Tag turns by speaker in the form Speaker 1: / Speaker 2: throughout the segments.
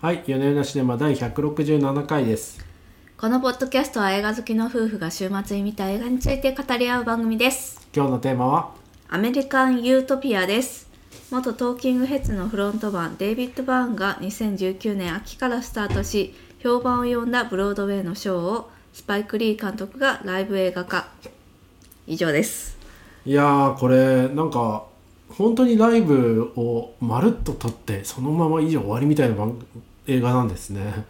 Speaker 1: はい、夜な夜なシネマ第167回です。
Speaker 2: このポッドキャストは映画好きの夫婦が週末に見た映画について語り合う番組です
Speaker 1: 今日のテーマは、
Speaker 2: アメリカン・ユートピアです元トーキングヘッズのフロントマンデイビッド・バーンが2019年秋からスタートし評判を呼んだブロードウェイのショーをスパイク・リー監督がライブ映画化以上です
Speaker 1: いやー、これ、なんか、本当にライブをまるっと撮って、そのまま以上終わりみたいな番映画なんですね。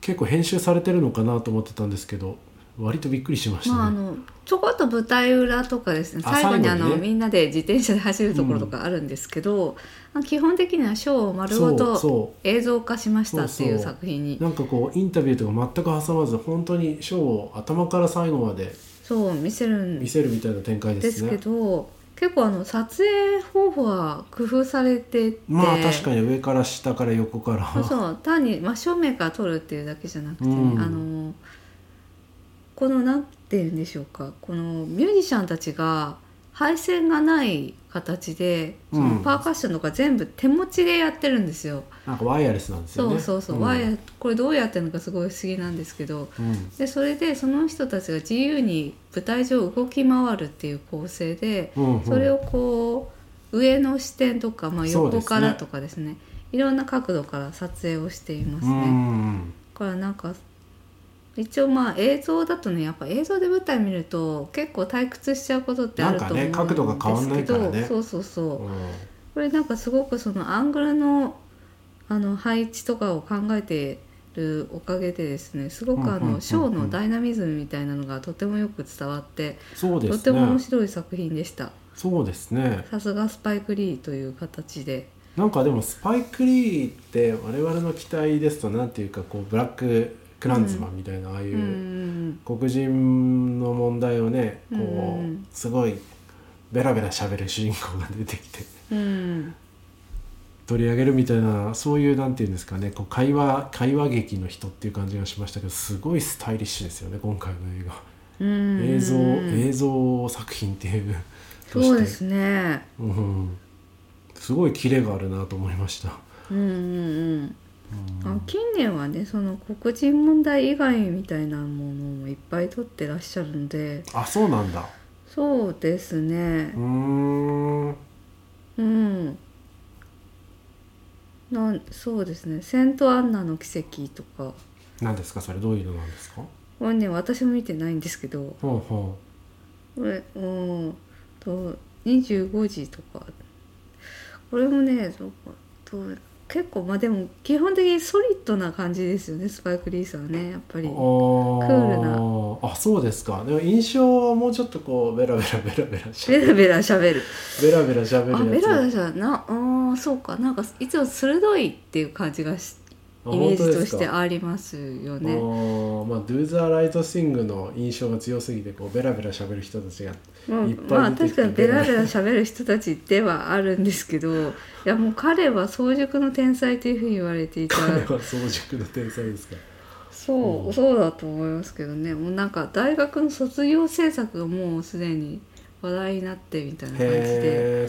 Speaker 1: 結構編集されてるのかなと思ってたんですけど、割とびっくりしましたね。
Speaker 2: まああのちょこっと舞台裏とかですね
Speaker 1: あ
Speaker 2: 最後に
Speaker 1: 最
Speaker 2: あ
Speaker 1: 後に
Speaker 2: の
Speaker 1: ね
Speaker 2: みんなで自転車で走るところとかあるんですけど、まあ基本的にはショーを丸ご
Speaker 1: そう
Speaker 2: と
Speaker 1: そ
Speaker 2: 映像化しましたってい
Speaker 1: そう
Speaker 2: う
Speaker 1: そう
Speaker 2: 作品に
Speaker 1: なんかこう、インタビューとか全く挟まず、本当にショーを頭から最後まで
Speaker 2: そう見せるん
Speaker 1: 見
Speaker 2: で
Speaker 1: せるみたいな展開ですす
Speaker 2: け
Speaker 1: ね。
Speaker 2: ど結構あの撮影方法は工夫されてて
Speaker 1: まあ確かに上から下から横から。
Speaker 2: そうそう単に真正面から撮るっていうだけじゃなくて、
Speaker 1: うん
Speaker 2: あのこのなんて言うんでしょうかこのミュージシャンたちが配線がない形でその
Speaker 1: うん
Speaker 2: パーカッションとか全部手持ちでやってるんですよ。
Speaker 1: なんかワイヤレスなんですよ
Speaker 2: そ
Speaker 1: ね。
Speaker 2: うそうそう、
Speaker 1: ん
Speaker 2: ワイヤこれどうやってるのかすごい不思議なんですけど
Speaker 1: うん
Speaker 2: でそれでその人たちが自由に舞台上動き回るっていう構成で。
Speaker 1: うんうん
Speaker 2: それをこう上の視点とか、まあ、
Speaker 1: そうですね
Speaker 2: 横からとかですねいろんな角度から撮影をしています
Speaker 1: う
Speaker 2: ね。だ
Speaker 1: ん
Speaker 2: からなんか一応まあ映像だとねやっぱ映像で舞台見ると結構退屈しちゃうことってあると思うんですけど
Speaker 1: なんかね角度が変わんないからね
Speaker 2: そうそうそう、
Speaker 1: うんうん
Speaker 2: これなんかすごくそのアングルのあの配置とかを考えてるおかげでですねすごくあ
Speaker 1: うんうんうんうん
Speaker 2: のショーのダイナミズムみたいなのがとてもよく伝わって、
Speaker 1: そうで
Speaker 2: と
Speaker 1: す
Speaker 2: ても
Speaker 1: ね
Speaker 2: 面白い作品でした。
Speaker 1: そうですね
Speaker 2: さすがスパイク・リーという形で
Speaker 1: なんかでもスパイク・リーって我々の期待ですとなんていうかこうブラック・クランズマンみたいな、ああいううん黒人の問題をねこう、
Speaker 2: うん
Speaker 1: すごいベラベラ喋る主人公が出てきて
Speaker 2: うん
Speaker 1: 取り上げるみたいなそういうなんていうんですかねこう会話会話劇の人っていう感じがしましたけどすごいスタイリッシュですよね今回の映画、
Speaker 2: うん
Speaker 1: 映像映像作品っていうとして
Speaker 2: そうですね
Speaker 1: うん、すごいキレがあるなと思いました。
Speaker 2: うんうんうんあ近年はねその黒人問題以外みたいなものもいっぱい撮ってらっしゃるので
Speaker 1: あ、そうなんだ。
Speaker 2: そうですね
Speaker 1: うーん。うん
Speaker 2: うんなんそうですね「セント・アンナの奇跡」とか
Speaker 1: なんですか、それどういうのなんですか。
Speaker 2: これね私も見てないんですけど
Speaker 1: ほうほ
Speaker 2: これうんと25時とかこれもねそうかと結構まあでも基本的にソリッドな感じですよねスパイク・リーさんはねやっぱ
Speaker 1: う。
Speaker 2: り
Speaker 1: あ
Speaker 2: クー
Speaker 1: ーあ、そうですか。でも印象はもうちょっとこうベラベラベラベラしゃ
Speaker 2: ベラベラ喋る
Speaker 1: ベラベラしゃべ
Speaker 2: あ
Speaker 1: る
Speaker 2: ベ
Speaker 1: やつ。
Speaker 2: ラベラじゃなあーそうかなんかいつも鋭いっていう感じがしイメージとして
Speaker 1: あ
Speaker 2: ありますよ
Speaker 1: 本当ですか。あ
Speaker 2: ね
Speaker 1: ーまあ、Do the Right Thing の印象が強すぎてこうベラベラしゃべる人た ちが
Speaker 2: まあ
Speaker 1: いっぱい出てきて
Speaker 2: まあ確かにベラベラ喋る人たちではあるんですけどいやもう彼は早熟の天才というふうに言われていた
Speaker 1: 彼は早熟の天才ですか
Speaker 2: そう、
Speaker 1: うん
Speaker 2: そうだと思いますけどねもうなんか大学の卒業制作がもうすでに話題になってみたいな感じで
Speaker 1: へ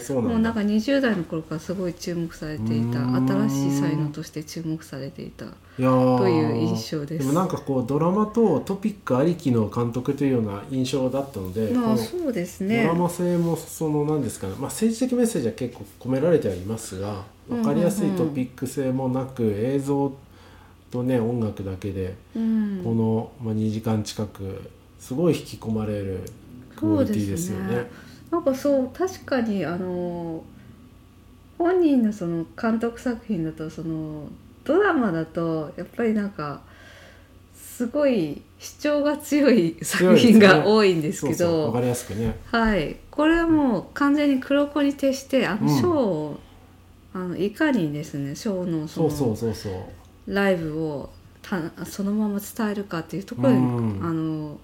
Speaker 1: えそうなんだ
Speaker 2: もうなんか20代の頃からすごい注目されていうた
Speaker 1: ーん
Speaker 2: 新しい才能として注目されていた
Speaker 1: いやー
Speaker 2: という印象で
Speaker 1: で
Speaker 2: す
Speaker 1: もなんかこうドラマとトピックありきの監督というような印象だったので、
Speaker 2: まあ
Speaker 1: この
Speaker 2: そうです
Speaker 1: ド
Speaker 2: ね
Speaker 1: ラマ性もその何ですかね、まあ、政治的メッセージは結構込められてはいますが分かりやすいトピック性もなく、映像とね音楽だけで
Speaker 2: うん
Speaker 1: この、まあ、2時間近くすごい引き込まれるク
Speaker 2: そ
Speaker 1: オ
Speaker 2: う
Speaker 1: リテ
Speaker 2: で
Speaker 1: ィ
Speaker 2: すね
Speaker 1: ですよね。
Speaker 2: なんかそう確かにあの本人のその監督作品だとそのドラマだとやっぱりなんかすごい主張が強い作
Speaker 1: 強いです
Speaker 2: 品
Speaker 1: ね
Speaker 2: が多いんです
Speaker 1: そ
Speaker 2: け
Speaker 1: うそう
Speaker 2: ど
Speaker 1: 分かりやすくね。
Speaker 2: はい、これはもう完全に黒子に徹してあ
Speaker 1: うん
Speaker 2: のショーを、あのいかにですねショーのそ
Speaker 1: そ
Speaker 2: の
Speaker 1: うそうそうそう。
Speaker 2: ライブをたそのまま伝えるかっていうところに、
Speaker 1: うん
Speaker 2: あの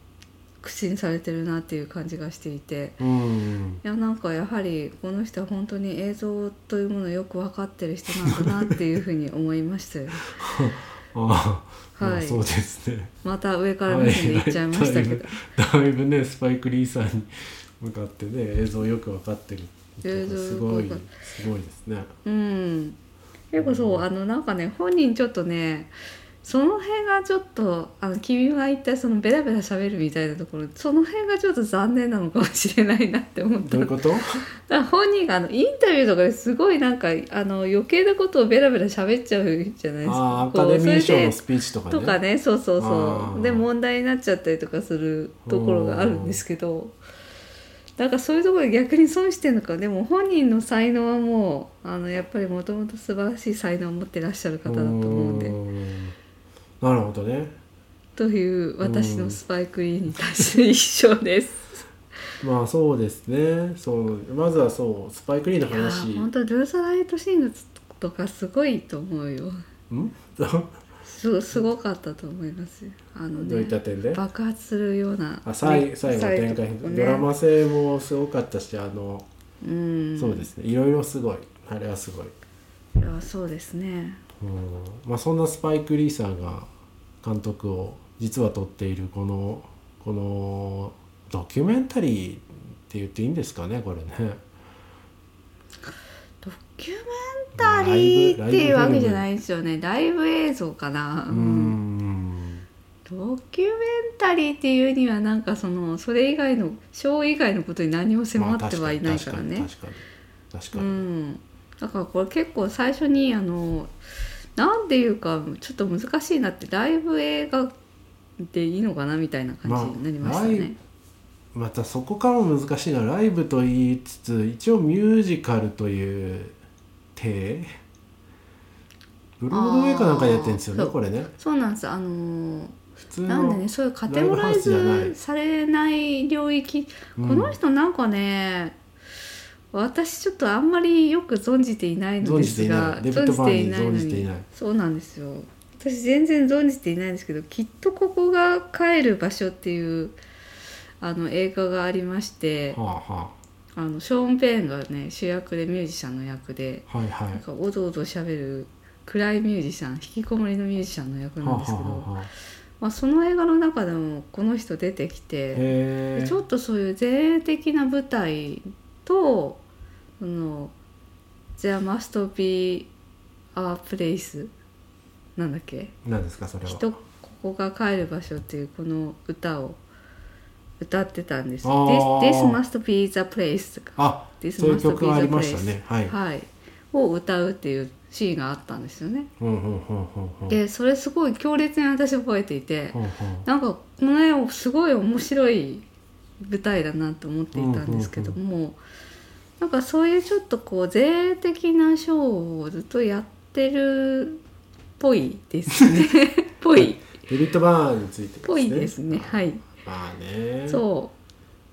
Speaker 2: 苦心されてるなっていう感じがしていて。
Speaker 1: うん
Speaker 2: いやなんかやはりこの人は本当に映像というものをよく分かってる人なんだなっていうふうに思いま したよ
Speaker 1: ああ、
Speaker 2: はい
Speaker 1: まあ そうですね。
Speaker 2: また上から目線で言っちゃいましたけど、
Speaker 1: だいぶねスパイク・リーさんに向かってね映像よく分かってるっていうのがすごい
Speaker 2: 映像よくわか
Speaker 1: すごいですね。
Speaker 2: うん結構そうあのなんかね本人ちょっとねその辺がちょっとあの君が言ったそのベラベラ喋るみたいなところその辺がちょっと残念なのかもしれないなって思った
Speaker 1: どういうこと
Speaker 2: だから本人があのインタビューとかですごいなんかあの余計なことをベラベラ喋っちゃうじゃないです
Speaker 1: ああ
Speaker 2: か
Speaker 1: ア
Speaker 2: こ
Speaker 1: カ
Speaker 2: う
Speaker 1: デミー
Speaker 2: それ
Speaker 1: 賞
Speaker 2: で
Speaker 1: のスピーチとかね
Speaker 2: とかねそうそう
Speaker 1: あ
Speaker 2: そ
Speaker 1: ー
Speaker 2: うで問題になっちゃったりとかするところがあるんですけどなんかそういうところで逆に損してるのかでも本人の才能はもうあのやっぱりもともと素晴らしい才能を持ってらっしゃる方だと思うんで
Speaker 1: うーんなるほどね
Speaker 2: という私のスパイク・リーに対する一生です。
Speaker 1: まあそうですねそうまずはそうスパイク・リーの
Speaker 2: いや
Speaker 1: 話
Speaker 2: ー本当ルーサライト・シングとかすごいと思うよ。
Speaker 1: ん
Speaker 2: すすごかったと思いますよあの
Speaker 1: どういっ
Speaker 2: ね
Speaker 1: た点で
Speaker 2: 爆発するような
Speaker 1: あ最
Speaker 2: ね
Speaker 1: 最後の展開、
Speaker 2: 最後ね
Speaker 1: ドラマ性もすごかったしあの、
Speaker 2: うん
Speaker 1: そうですねいろいろすごいあれはすごい、
Speaker 2: いやそうですね
Speaker 1: うんまあ、そんなスパイク・リーさんが監督を実は撮っているこのこのドキュメンタリーって言っていいんですかねこれね
Speaker 2: ドキュメンタリーっていうわけじゃないいですよねライブ映像かな
Speaker 1: うーん
Speaker 2: ドキュメンタリーっていうにはなんかそのそれ以外のショー以外のことに何も迫ってはいないからね、
Speaker 1: まあ確かに確かに確か
Speaker 2: う
Speaker 1: に
Speaker 2: ん、だからこれ結構最初にあのなんていうかちょっと難しいなってライブ映画でいいのかなみたいな感じになりました
Speaker 1: まあライ
Speaker 2: ね。
Speaker 1: またそこからも難しいのはライブと言いつつ一応ミュージカルという体ブロードウェイかなんかでやってるんですよね
Speaker 2: あーそう
Speaker 1: これね
Speaker 2: そうなんですあのー
Speaker 1: 普通
Speaker 2: なんで
Speaker 1: の
Speaker 2: ねそういうカテゴラ
Speaker 1: ライブハ
Speaker 2: イ
Speaker 1: ウスじゃな
Speaker 2: ズ
Speaker 1: い
Speaker 2: されない領域、
Speaker 1: うん
Speaker 2: この人なんかね私ちょっとあんまりよく存じていないのです
Speaker 1: 存じていな
Speaker 2: が
Speaker 1: いデビッドバーンに
Speaker 2: 存
Speaker 1: 存
Speaker 2: じ
Speaker 1: じ
Speaker 2: て
Speaker 1: て
Speaker 2: い
Speaker 1: い
Speaker 2: な
Speaker 1: ないい
Speaker 2: のにそうなんですよ私全然存じていないんですけどきっとここが帰る場所っていうあの映画がありまして
Speaker 1: はあは
Speaker 2: あのショーン・ペーンがね主役でミュージシャンの役で
Speaker 1: あはいは
Speaker 2: なん
Speaker 1: い
Speaker 2: かおどおどしゃべる暗いミュージシャン引きこもりのミュージシャンの役
Speaker 1: はあ
Speaker 2: なん
Speaker 1: は
Speaker 2: ですけど。
Speaker 1: あはあ
Speaker 2: まあ、その映画の中でもこの人出てきて、
Speaker 1: へ
Speaker 2: で
Speaker 1: え
Speaker 2: ちょっとそういう前衛的な舞台とその「There must be our place」なんだっけ
Speaker 1: 何ですかそ
Speaker 2: 「
Speaker 1: れは
Speaker 2: 人ここが帰る場所」っていうこの歌を歌ってたんです「
Speaker 1: あー
Speaker 2: This, this must be the place」とか
Speaker 1: あ
Speaker 2: This
Speaker 1: そういう
Speaker 2: must
Speaker 1: 曲
Speaker 2: be
Speaker 1: が
Speaker 2: the
Speaker 1: ありましたねはい、
Speaker 2: はい、を歌うっていうシーンがあったんですよね。
Speaker 1: うんうんうんうんうん
Speaker 2: でそれすごい強烈に私覚えていて。
Speaker 1: うんうん
Speaker 2: なんかこの絵をすごい面白い舞台だなと思っていたんですけども、なんかそういうちょっとこう税的なショーをずっとやってるっぽいです ねぽい
Speaker 1: デビッド・バーンについてですね
Speaker 2: ぽいですねはい
Speaker 1: まあね
Speaker 2: そ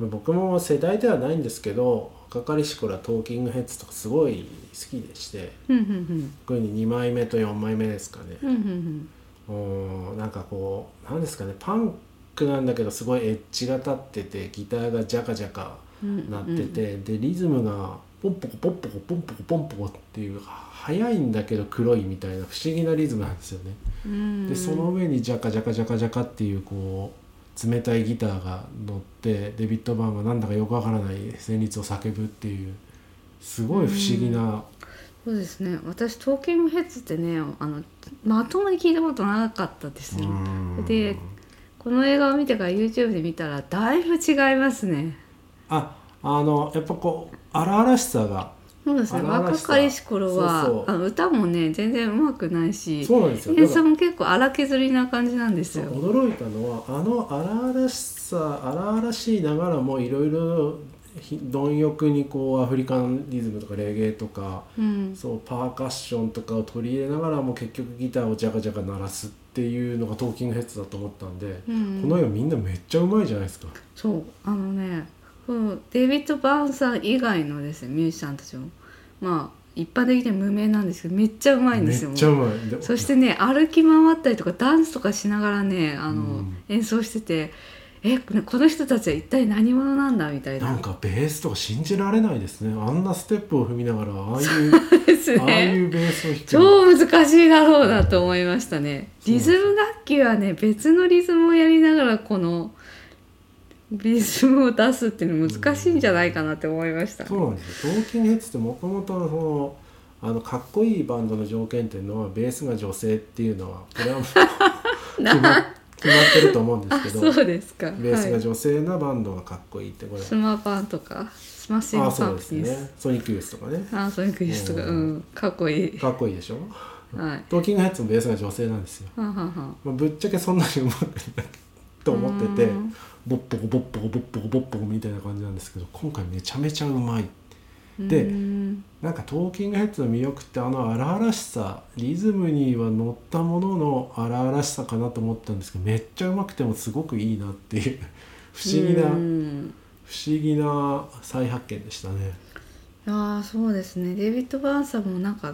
Speaker 1: 僕も世代ではないんですけど若かりし頃はトーキングヘッズとかすごい好きでして
Speaker 2: ううんうん
Speaker 1: 特に2枚目と4枚目ですかね
Speaker 2: うんうんうん
Speaker 1: うんなんかこうなんですかねパンクなんだけどすごいエッジが立っててギターがジャカジャカ
Speaker 2: うんうん
Speaker 1: なってて、でリズムがポンポコポンポコポンポコポンポコっていう速いんだけど黒いみたいな不思議なリズムなんですよね。
Speaker 2: うん
Speaker 1: でその上にジャカジャカジャカジャカっていうこう冷たいギターが乗ってデビッド・バーンがなんだかよくわからない旋律を叫ぶっていうすごい不思議な
Speaker 2: そうですね私トーキングヘッズってねあのまともに聞いたことなかったですよ、
Speaker 1: うん
Speaker 2: でこの映画を見てから YouTube で見たらだいぶ違いますね
Speaker 1: ああのやっぱこう荒々しさが
Speaker 2: そうですね
Speaker 1: 荒々
Speaker 2: 若
Speaker 1: しさ
Speaker 2: かりし頃は
Speaker 1: そうそう
Speaker 2: あの歌もね全然うまくないし
Speaker 1: そうなんですよ
Speaker 2: 演奏
Speaker 1: だか
Speaker 2: も結構荒削りな感じなんで
Speaker 1: ら
Speaker 2: す
Speaker 1: そう
Speaker 2: よ。
Speaker 1: 驚いたのはあの荒々しさ荒々しいながらもいろいろひ貪欲にこうアフリカンリズムとかレゲエとか
Speaker 2: うん、
Speaker 1: そうパーカッションとかを取り入れながらも結局ギターをジャカジャカ鳴らすっていうのがトーキングヘッズだと思ったんで、
Speaker 2: うん
Speaker 1: この絵みんなめっちゃうまいじゃないですか。
Speaker 2: そうあのねこのデビッド・バーンさん以外のですねミュージシャンたちもまあ一般的には無名なんですけどめっちゃうまいんで
Speaker 1: めっ
Speaker 2: すよ。
Speaker 1: ちゃう
Speaker 2: も
Speaker 1: まい。で
Speaker 2: うそしてね歩き回ったりとかダンスとかしながらねあの、
Speaker 1: うん
Speaker 2: 演奏しててえこの人たちは一体何者なんだみたいな。
Speaker 1: なんかベースとか信じられないですね。あんなステップを踏みながらああいう
Speaker 2: ですね。
Speaker 1: ああいうベースを弾く。
Speaker 2: 超難しいだろうなと思いましたね。リズム楽器はね別のリズムをやりながらこのリズムを出すっていうの難しいんじゃないかなって思いました。
Speaker 1: そうなんですよ。トーキングヘッズってもともとそのあのかっこいいバンドの条件っていうのはベースが女性っていうのはこれはもう決
Speaker 2: な
Speaker 1: ま決まってると思うんで
Speaker 2: あ
Speaker 1: すけど
Speaker 2: そうですか
Speaker 1: ベース
Speaker 2: は
Speaker 1: が
Speaker 2: い、
Speaker 1: 女性なバンドがかっこいいってこれ、
Speaker 2: スマパンとかスマッシン
Speaker 1: あ
Speaker 2: グ
Speaker 1: あそ
Speaker 2: パ
Speaker 1: う
Speaker 2: ン
Speaker 1: で
Speaker 2: プ
Speaker 1: す
Speaker 2: キンス
Speaker 1: ねソニックユースとかね
Speaker 2: あそういうクリスとか
Speaker 1: う
Speaker 2: うんんかっこいい
Speaker 1: かっこいいでしょ
Speaker 2: はい
Speaker 1: トーキングヘッズのベースが女性なんですよ、
Speaker 2: はんはんはん
Speaker 1: まあ、ぶっちゃけそんなにうまくないと思ってて
Speaker 2: うん
Speaker 1: ボッポコボッポコボッポコボッポコみたいな感じなんですけど今回めちゃめちゃうまいで
Speaker 2: うん
Speaker 1: なんかトーキングヘッズの魅力ってあの荒々しさリズムには乗ったものの荒々しさかなと思ったんですけどめっちゃうまくてもすごくいいなっていう不思議な不
Speaker 2: う
Speaker 1: 思
Speaker 2: ん
Speaker 1: 議な再発見でしたね。
Speaker 2: ああそうですねデイビッド・バーンさんもなんか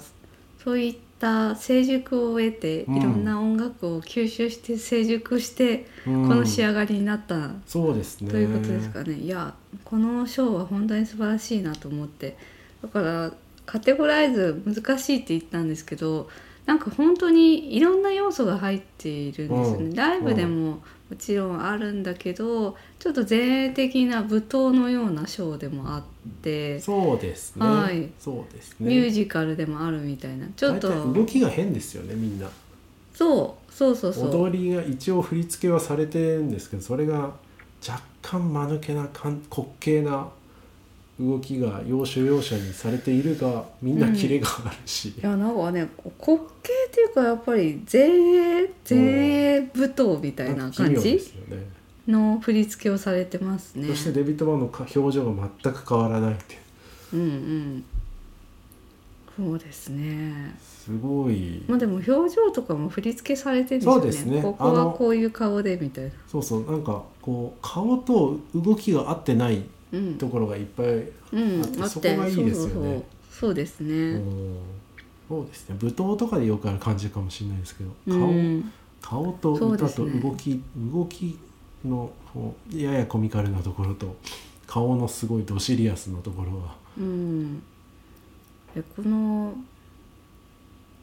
Speaker 2: そういった成熟を得て、
Speaker 1: うん
Speaker 2: いろんな音楽を吸収して成熟して、
Speaker 1: うん
Speaker 2: この仕上がりになった
Speaker 1: そうですね。
Speaker 2: ということですかねいやこのショーは本当に素晴らしいなと思ってだからカテゴライズ難しいって言ったんですけどなんか本当にいろんな要素が入っているんですよね、
Speaker 1: うん
Speaker 2: ライブでももちろんあるんだけどちょっと前衛的な舞踏のようなショーでもあって、
Speaker 1: そうですね。
Speaker 2: はい
Speaker 1: そうです
Speaker 2: ミュー
Speaker 1: ね。
Speaker 2: ジカルでもあるみたいなちょっと
Speaker 1: 大体動きが変ですよねみんな。
Speaker 2: そうそうそうそう
Speaker 1: 踊りが一応振り付けはされてるんですけどそれが若干間抜けなかん滑稽な動きが要所要所にされているがみんなキレがあるし、
Speaker 2: いやなんかね滑稽っていうかやっぱり前衛前衛舞踏みたいな
Speaker 1: 奇
Speaker 2: 感
Speaker 1: 妙
Speaker 2: じ
Speaker 1: ですよね
Speaker 2: の振り付けをされてますね。
Speaker 1: そしてデビッド・バーンのか表情が全く変わらないっていう
Speaker 2: うんうん。そうですね。
Speaker 1: すごい
Speaker 2: まあでも表情とかも振り付けされてるんですよね。
Speaker 1: そうですね
Speaker 2: ここ
Speaker 1: あ
Speaker 2: は
Speaker 1: の
Speaker 2: こういう顔でみたいな。
Speaker 1: そうそうなんかこう顔と動きが合ってない
Speaker 2: うん。
Speaker 1: ところがいっぱい、
Speaker 2: う
Speaker 1: あ
Speaker 2: ん。あ
Speaker 1: って
Speaker 2: っ
Speaker 1: そこが
Speaker 2: て、
Speaker 1: いいですよね
Speaker 2: そうそうそう。そうです
Speaker 1: う
Speaker 2: ね。
Speaker 1: んそうですね舞踏とかでよくある感じかもしれないですけど
Speaker 2: う
Speaker 1: 顔、
Speaker 2: ん。
Speaker 1: 顔と
Speaker 2: そう
Speaker 1: 歌
Speaker 2: で
Speaker 1: と
Speaker 2: すね
Speaker 1: 動き、動きのこうややコミカルなところと顔のすごいドシリアスなところは
Speaker 2: うん。でこの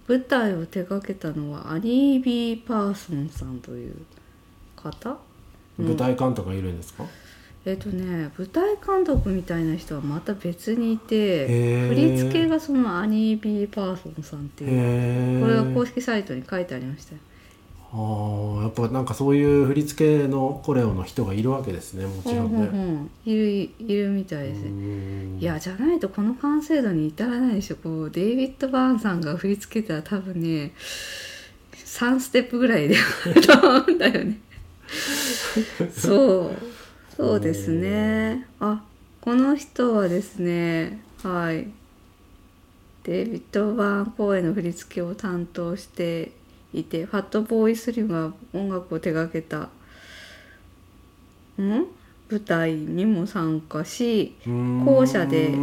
Speaker 2: 舞台を手掛けたのはアリー・ビー・パーソンさんという方、うん
Speaker 1: 舞台監督がいるんですか、
Speaker 2: えっとね舞台監督みたいな人はまた別にいて
Speaker 1: へー
Speaker 2: 振り付けがそのアニー・ビー・パーソンさんっていう
Speaker 1: へえ
Speaker 2: これが公式サイトに書いてありましたよ
Speaker 1: あーやっぱなんかそういう振り付けのコレオの人がいるわけですねもちろん
Speaker 2: ほんほ
Speaker 1: ね。
Speaker 2: んほんいるいるみたいですね
Speaker 1: うん
Speaker 2: いやじゃないとこの完成度に至らないでしょこうデイビッド・バーンさんが振り付けたら多分ね3ステップぐらいでと思うんだよねそうそうですねあこの人はですねはいデイビッド・バーン公演の振り付けを担当していてファットボーイ・スリムが音楽を手掛けたん舞台にも参加し
Speaker 1: うん
Speaker 2: 校舎で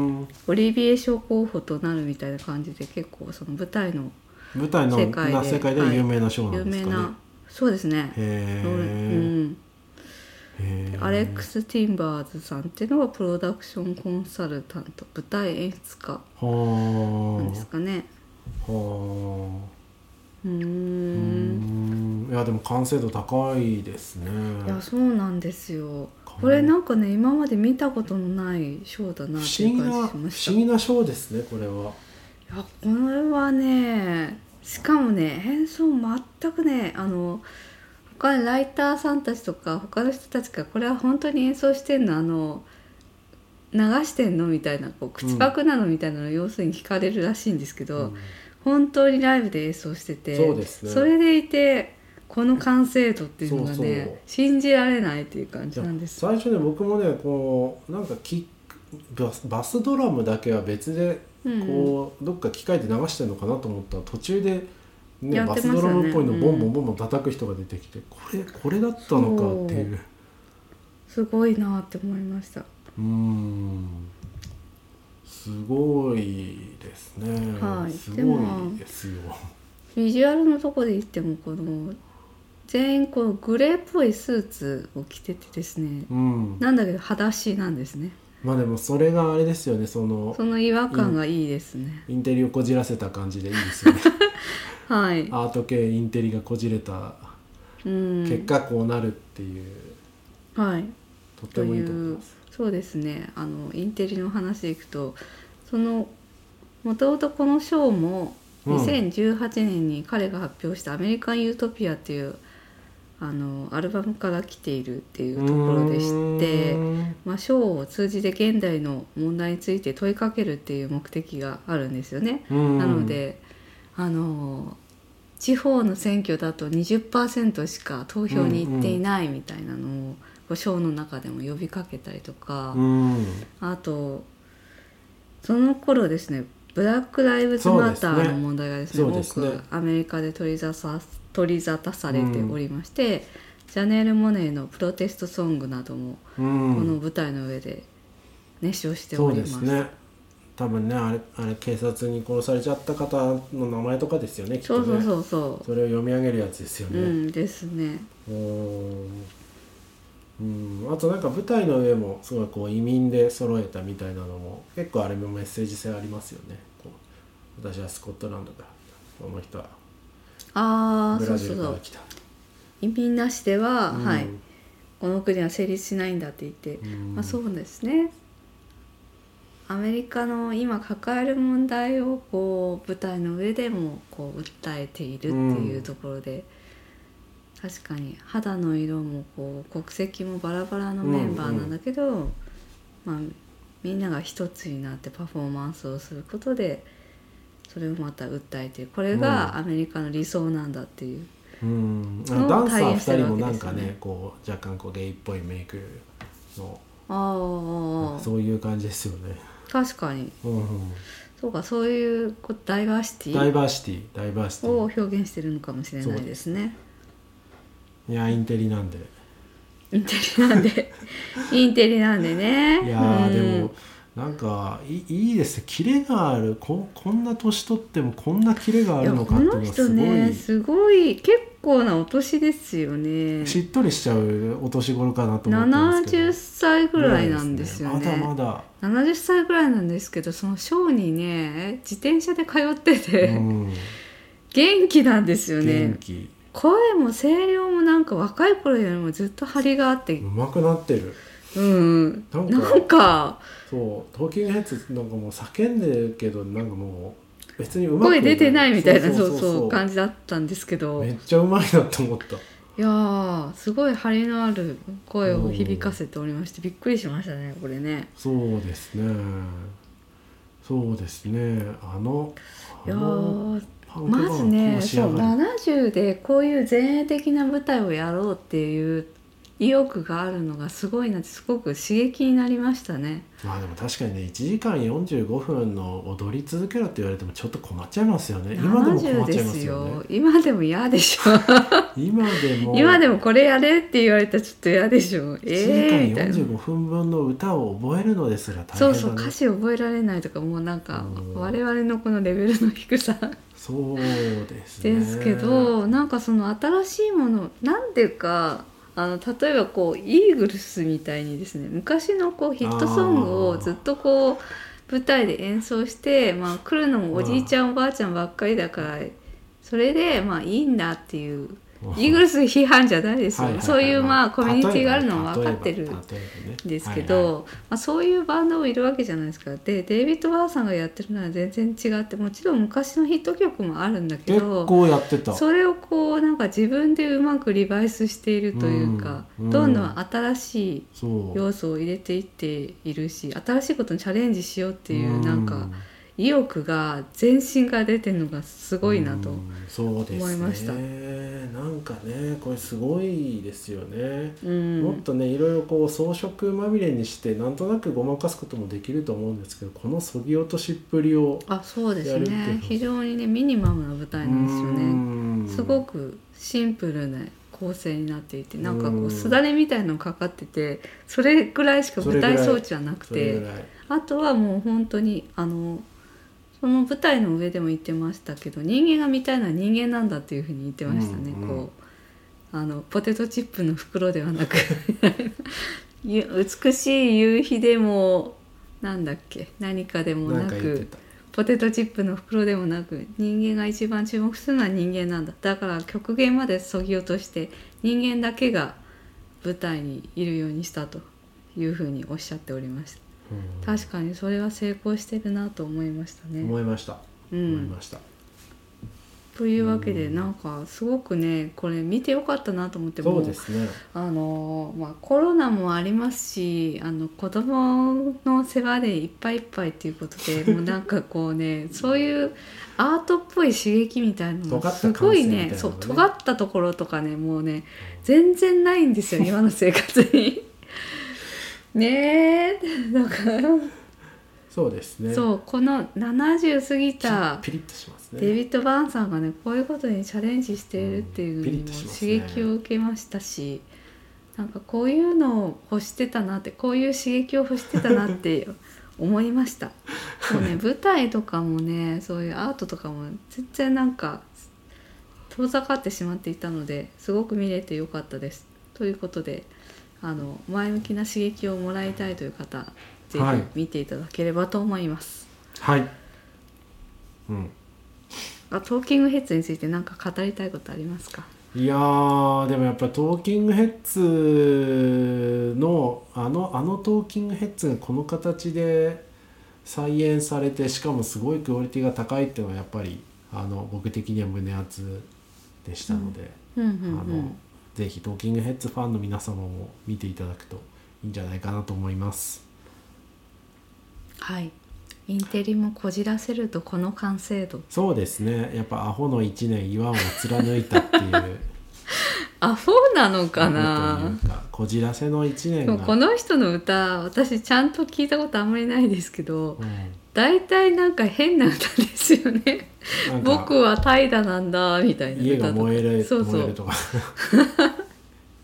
Speaker 2: オリビエ賞候補となるみたいな感じで結構その舞台の
Speaker 1: 舞台の
Speaker 2: 世界で
Speaker 1: な世界では有名なショーな
Speaker 2: 有
Speaker 1: んです
Speaker 2: 名
Speaker 1: かね。
Speaker 2: な、そうですね
Speaker 1: へ
Speaker 2: ローレ
Speaker 1: え、
Speaker 2: ンうん、アレックス・ティンバーズさんっていうのがプロダクションコンサルタント舞台演出家
Speaker 1: は
Speaker 2: なんですかね
Speaker 1: あ。はあ。
Speaker 2: うーん
Speaker 1: うんいやでも完成度高いですね。
Speaker 2: いやそうなんですよ
Speaker 1: か
Speaker 2: これなんかね今まで見たことのないショーだ
Speaker 1: 不
Speaker 2: なって
Speaker 1: 思
Speaker 2: い
Speaker 1: 議
Speaker 2: う
Speaker 1: な
Speaker 2: 感
Speaker 1: 不
Speaker 2: じしました
Speaker 1: 思議なショーですねこれは。
Speaker 2: いやこれはねしかもね演奏全くねあの他にライターさんたちとか他の人たちがこれは本当に演奏してんのあの流してんのみたいなこう口パクなのみたいなの要するに聞かれるらしいんですけど、
Speaker 1: うん
Speaker 2: 本当にライブで演奏してて
Speaker 1: そうですね
Speaker 2: それでいてこの完成度っていうのがね
Speaker 1: そうそう
Speaker 2: 信じられないっていう感じなんですよ。
Speaker 1: 最初ね僕もねこうなんかキックバスバスドラムだけは別で
Speaker 2: うん
Speaker 1: こう、どっか機械で流してるのかなと思ったら途中で、ね
Speaker 2: やっ
Speaker 1: バ
Speaker 2: てます
Speaker 1: ス
Speaker 2: よね
Speaker 1: ドラムっぽいの
Speaker 2: うん
Speaker 1: ボンボンボンボン叩く人が出てきて、これこれだったのかっていう。
Speaker 2: すごいなって思いました。
Speaker 1: うーんすごいですね。
Speaker 2: はい
Speaker 1: す
Speaker 2: で
Speaker 1: ご
Speaker 2: も
Speaker 1: いですよ。
Speaker 2: ビジュアルのとこで言ってもこの全員こうグレーっぽいスーツを着ててですね
Speaker 1: うん。
Speaker 2: なんだけど裸足なんですね
Speaker 1: まあでもそれがあれですよねその
Speaker 2: その違和感がいいですね、
Speaker 1: インテリをこじらせた感じでいいです よね
Speaker 2: はい
Speaker 1: アート系インテリがこじれた
Speaker 2: うん
Speaker 1: 結果こうなるっていう、
Speaker 2: はい
Speaker 1: とって
Speaker 2: と
Speaker 1: もいい
Speaker 2: い
Speaker 1: と思いうます
Speaker 2: そうですねあのインテリの話でいくとそのもともとこの賞も
Speaker 1: うん
Speaker 2: 2018年に彼が発表した「アメリカン・ユートピア」っていうあのアルバムから来ているっていうところでして
Speaker 1: うー。ん
Speaker 2: まあ、ショーを通じて現代の問題について問いかけるっていう目的があるんですよね。
Speaker 1: うん
Speaker 2: なのであの地方の選挙だと20%しか投票に行っていないみたいなのをこうショーの中でも呼びかけたりとか、
Speaker 1: うん
Speaker 2: あとその頃ですねブラック・ライブズ・マタ
Speaker 1: そうです
Speaker 2: ーの
Speaker 1: ね
Speaker 2: 問題がですね
Speaker 1: そうですね
Speaker 2: 多くアメリカで取りざさ取り沙汰されておりまして、ジャネール・モネーのプロテストソングなども
Speaker 1: うん
Speaker 2: この舞台の上で熱唱して
Speaker 1: そ
Speaker 2: お
Speaker 1: う
Speaker 2: り
Speaker 1: で
Speaker 2: ます。
Speaker 1: すね多分ねあれあれ警察に殺されちゃった方の名前とかですよねきっ
Speaker 2: そ
Speaker 1: と
Speaker 2: う
Speaker 1: ね
Speaker 2: そうそうそ
Speaker 1: それを読み上げるやつですよ
Speaker 2: う。う
Speaker 1: ね、
Speaker 2: んですね。
Speaker 1: うーん、うんあとなんか舞台の上もすごいこう移民で揃えたみたいなのも結構あれもメッセージ性ありますよねこう私はスコットランドだこの人は
Speaker 2: ああ
Speaker 1: ブ
Speaker 2: そ
Speaker 1: ラ
Speaker 2: う
Speaker 1: ジ
Speaker 2: そう
Speaker 1: ル
Speaker 2: そ
Speaker 1: から
Speaker 2: う。
Speaker 1: 来た
Speaker 2: 移民なしでは、
Speaker 1: うん
Speaker 2: はいこの国は成立しないんだって言って、
Speaker 1: うん
Speaker 2: まあそうですね。アメリカの今抱える問題をこう舞台の上でもこう訴えているっていうところで、確かに肌の色もこう国籍もバラバラのメンバーなんだけど、まあ、みんなが一つになってパフォーマンスをすることでそれをまた訴えているこれ
Speaker 1: う
Speaker 2: が
Speaker 1: ん
Speaker 2: アメリカの理想なんだっていう、
Speaker 1: うんあ
Speaker 2: の
Speaker 1: ダンサー
Speaker 2: 体現して
Speaker 1: 2
Speaker 2: る
Speaker 1: 人もなん
Speaker 2: わ
Speaker 1: か
Speaker 2: け
Speaker 1: ね
Speaker 2: ですよね
Speaker 1: こう若干こうゲイっぽいメイクの
Speaker 2: ああ
Speaker 1: そういう感じですよね、
Speaker 2: 確かに
Speaker 1: うんうん
Speaker 2: そうかそういうこうダイバーシテ
Speaker 1: ダイ
Speaker 2: ィ
Speaker 1: バーシティダイバーシテ
Speaker 2: を
Speaker 1: ィ
Speaker 2: 表現してるのかもしれないですね。
Speaker 1: いやインテリなんで
Speaker 2: インテリなんでインテリなんでね。
Speaker 1: いやー
Speaker 2: うん
Speaker 1: でもなんかいいいですねキレがあるここんな年取ってもこんなキレがあ
Speaker 2: い
Speaker 1: る
Speaker 2: や
Speaker 1: の
Speaker 2: こ
Speaker 1: かっていうの
Speaker 2: の
Speaker 1: は
Speaker 2: 人
Speaker 1: すごい、
Speaker 2: ねすごい結構なお年ですよね。
Speaker 1: しっとりしちゃうお年頃かなと思ってますけど
Speaker 2: 70歳ぐらいなんですよね。
Speaker 1: まだまだ、
Speaker 2: 70歳ぐらいなんですけどそのショーにね自転車で通って
Speaker 1: う
Speaker 2: て、
Speaker 1: ん、
Speaker 2: 元気なんですよ
Speaker 1: 元
Speaker 2: ね
Speaker 1: 気
Speaker 2: 声も声量もなんか若い頃よりもずっと張りがあって
Speaker 1: うまくなってる
Speaker 2: うん、
Speaker 1: なんか
Speaker 2: なんか
Speaker 1: そうトーキングヘッズなんかもう叫んでるけどなんかもう別にうまく
Speaker 2: 声出てないみたいな
Speaker 1: そう
Speaker 2: そうそう感じだったんですけど
Speaker 1: め
Speaker 2: い
Speaker 1: っちゃうまいなと思った
Speaker 2: やーすごい張りのある声を響かせておりましてびっくりしましたねこれね
Speaker 1: そうですねそうですねあの
Speaker 2: い
Speaker 1: あ
Speaker 2: や
Speaker 1: の
Speaker 2: ー
Speaker 1: パンクバ
Speaker 2: ま
Speaker 1: ー
Speaker 2: ず
Speaker 1: ン
Speaker 2: ね
Speaker 1: の仕
Speaker 2: そ
Speaker 1: 上
Speaker 2: う
Speaker 1: がり
Speaker 2: 70でこういう前衛的な舞台をやろうっていう意欲があるのがすごいなってすごく刺激になりましたね
Speaker 1: まあでも確かにね1時間45分の踊り続けろって言われてもちょっと困っちゃいますよね今でも困
Speaker 2: 70
Speaker 1: っち
Speaker 2: で
Speaker 1: ゃいますすよね
Speaker 2: よ今でも嫌で しょ
Speaker 1: 今でも
Speaker 2: 今でもこれやれって言われたらちょっと嫌でしょ
Speaker 1: 1
Speaker 2: ええー、
Speaker 1: 時
Speaker 2: みた
Speaker 1: 間
Speaker 2: いな
Speaker 1: 45分分の歌を覚えるのですら大変だ
Speaker 2: そ
Speaker 1: ね
Speaker 2: うそう歌詞覚えられないとかもうなんか
Speaker 1: うん
Speaker 2: 我々のこのレベルの低さ
Speaker 1: そうですね
Speaker 2: ですけど、なんかその新しいものなんていうかあの例えばこうイーグルスみたいにですね昔のこうヒットソングをずっとこう舞台で演奏して、まあ、来るのもおじいちゃんおばあちゃんばっかりだからそれでまあいいんだっていうイーグルス批判じゃないですよ、
Speaker 1: はいはいはい
Speaker 2: そういうまあコミュニティがあるの
Speaker 1: ま
Speaker 2: は
Speaker 1: 例え
Speaker 2: 分
Speaker 1: ば
Speaker 2: かってる
Speaker 1: 例えばね
Speaker 2: ですけど、まあ、そういうバンドもいるわけじゃないですかでデイビッド・バーさんがやってるのは全然違ってもちろん昔のヒット曲もあるんだけ
Speaker 1: 結
Speaker 2: ど
Speaker 1: 構やってた
Speaker 2: それをこうなんか自分でうまくリバイスしているというか、
Speaker 1: うんうん
Speaker 2: どんどん新しい
Speaker 1: そう
Speaker 2: 要素を入れていっているし新しいことにチャレンジしようっていう、
Speaker 1: ん
Speaker 2: なんか意欲が全身が出てるのがすごいなと、
Speaker 1: うんそうですね
Speaker 2: 思いました
Speaker 1: なんかねこれすごいですよね、
Speaker 2: うん
Speaker 1: もっとねいろいろこう装飾まみれにしてなんとなくごまかすこともできると思うんですけどこのそぎ落としっぷりを
Speaker 2: あそうです
Speaker 1: やるっていう
Speaker 2: ね
Speaker 1: の
Speaker 2: 非常にねミニマムな舞台なんですよね。すご
Speaker 1: く
Speaker 2: くシンプルな構成になっていてなんかこ
Speaker 1: う
Speaker 2: うんすだれみたいのかかっててそれぐらいしか舞台装置はなく
Speaker 1: それぐ
Speaker 2: て
Speaker 1: らい
Speaker 2: あとはもう本当にあのその舞台の上でも言ってましたけど人間が見たいのは人間なんだっていうふうに言ってましたね、
Speaker 1: うんうん
Speaker 2: こうあのポテトチップの袋ではなく ゆ美しい夕日でもなんだっけ何かでも
Speaker 1: な
Speaker 2: なんく
Speaker 1: か言ってた
Speaker 2: ポテトチップの袋でもなく人間が一番注目するのは人間なんだだから極限までそぎ落として人間だけが舞台にいるようにしたというふうにおっしゃっておりました確かにそれは成功してるなと思いましたね。
Speaker 1: 思いました、
Speaker 2: う
Speaker 1: 思い
Speaker 2: ん、
Speaker 1: ました
Speaker 2: というわけで
Speaker 1: うん
Speaker 2: なんかすごくねこれ見てよかったなと思って
Speaker 1: そう
Speaker 2: もう
Speaker 1: ですね
Speaker 2: あのまあ、コロナもありますしあの子供の世話でいっぱいいっぱいっていうこと でもうなんかこうねそういうアートっぽい刺激みたいなの
Speaker 1: 尖
Speaker 2: が
Speaker 1: った
Speaker 2: すごい
Speaker 1: 感性みたいな
Speaker 2: ね
Speaker 1: のね
Speaker 2: そう尖ったところとかねもうね全然ないん ですよ今の生活に。ねえなんか、
Speaker 1: そうですね
Speaker 2: そうこの70過ぎた
Speaker 1: ピリッとしますね
Speaker 2: デビッド・バーンさんがねこういうことにチャレンジしているっていうのに
Speaker 1: うんピリッ
Speaker 2: も
Speaker 1: とします
Speaker 2: 刺
Speaker 1: ね
Speaker 2: 激を受けましたし、なんかこういうのを欲してたなってこういう刺激を欲してたなって 思いましたもうね舞台とかもねそういうアートとかも全然なんか遠ざかってしまっていたのですごく見れてよかったですということであの前向きな刺激をもらいたいという方ぜひ
Speaker 1: はい
Speaker 2: 見ていただければと思います、
Speaker 1: はいうん
Speaker 2: あトーキングヘッズについて何か語りたいことありますか
Speaker 1: いやーでもやっぱりトーキングヘッズのあのあのトーキングヘッズがこの形で再演されてしかもすごいクオリティが高いっていうのはやっぱりあの僕的には胸熱でしたので、
Speaker 2: うんうん
Speaker 1: あのぜひトーキングヘッズファンの皆様も見ていただくといいんじゃないかなと思います。
Speaker 2: はいインテリもこじらせるとこの完成度
Speaker 1: そうですねやっぱアホの1年岩を貫いたっていう。
Speaker 2: アホなの か
Speaker 1: アホ
Speaker 2: な
Speaker 1: というかこじらせの1
Speaker 2: で
Speaker 1: 年
Speaker 2: も
Speaker 1: が
Speaker 2: この人の歌私ちゃんと聞いたことあんまりないですけど
Speaker 1: うん
Speaker 2: 大体なんか変な歌ですよね
Speaker 1: なんか
Speaker 2: 僕は怠惰なんだみたいな
Speaker 1: 家が
Speaker 2: 歌とか
Speaker 1: 燃える
Speaker 2: そうそ
Speaker 1: 燃える
Speaker 2: う
Speaker 1: とか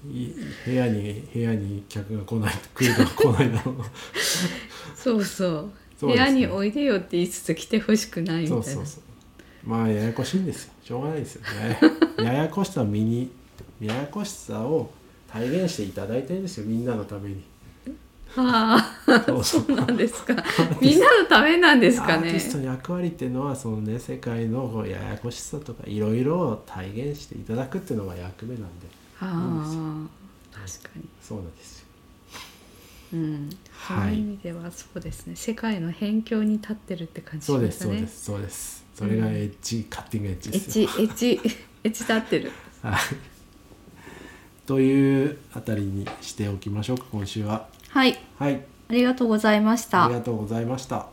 Speaker 1: い部屋に部屋に客が来ない来るとか来ない だろう
Speaker 2: そうそう
Speaker 1: そうで
Speaker 2: 部
Speaker 1: すね
Speaker 2: 屋においでよって言いつつ来てほしくないみた
Speaker 1: そ
Speaker 2: いう
Speaker 1: そ
Speaker 2: な
Speaker 1: うそうまあややこしいんですよしょうがないですよね ややこしさを身にややこしさを体現していただいてるんですよみんなのため に
Speaker 2: あ
Speaker 1: そうそう
Speaker 2: あなんです かみんなのためなんです
Speaker 1: ア
Speaker 2: か
Speaker 1: ーテ
Speaker 2: ね
Speaker 1: ィストの役割っていうのはそのね世界のこうややこしさとかいろいろを体現していただくっていうのが役目なんで
Speaker 2: ああ確かに
Speaker 1: そうなんですよ
Speaker 2: うん、そう
Speaker 1: はい
Speaker 2: いう意味ではそうですね世界の辺境に立ってるって感じし
Speaker 1: そう
Speaker 2: ま
Speaker 1: で
Speaker 2: し
Speaker 1: す
Speaker 2: た
Speaker 1: そうで
Speaker 2: ね
Speaker 1: すそうですそれがエッジ、カッティングエッジ
Speaker 2: エ
Speaker 1: ですよ
Speaker 2: チエ チエチ立ってる
Speaker 1: はいというあたりにしておきましょうか今週は
Speaker 2: はい
Speaker 1: はい
Speaker 2: ありがとうございまし
Speaker 1: あ
Speaker 2: た
Speaker 1: りがとうございました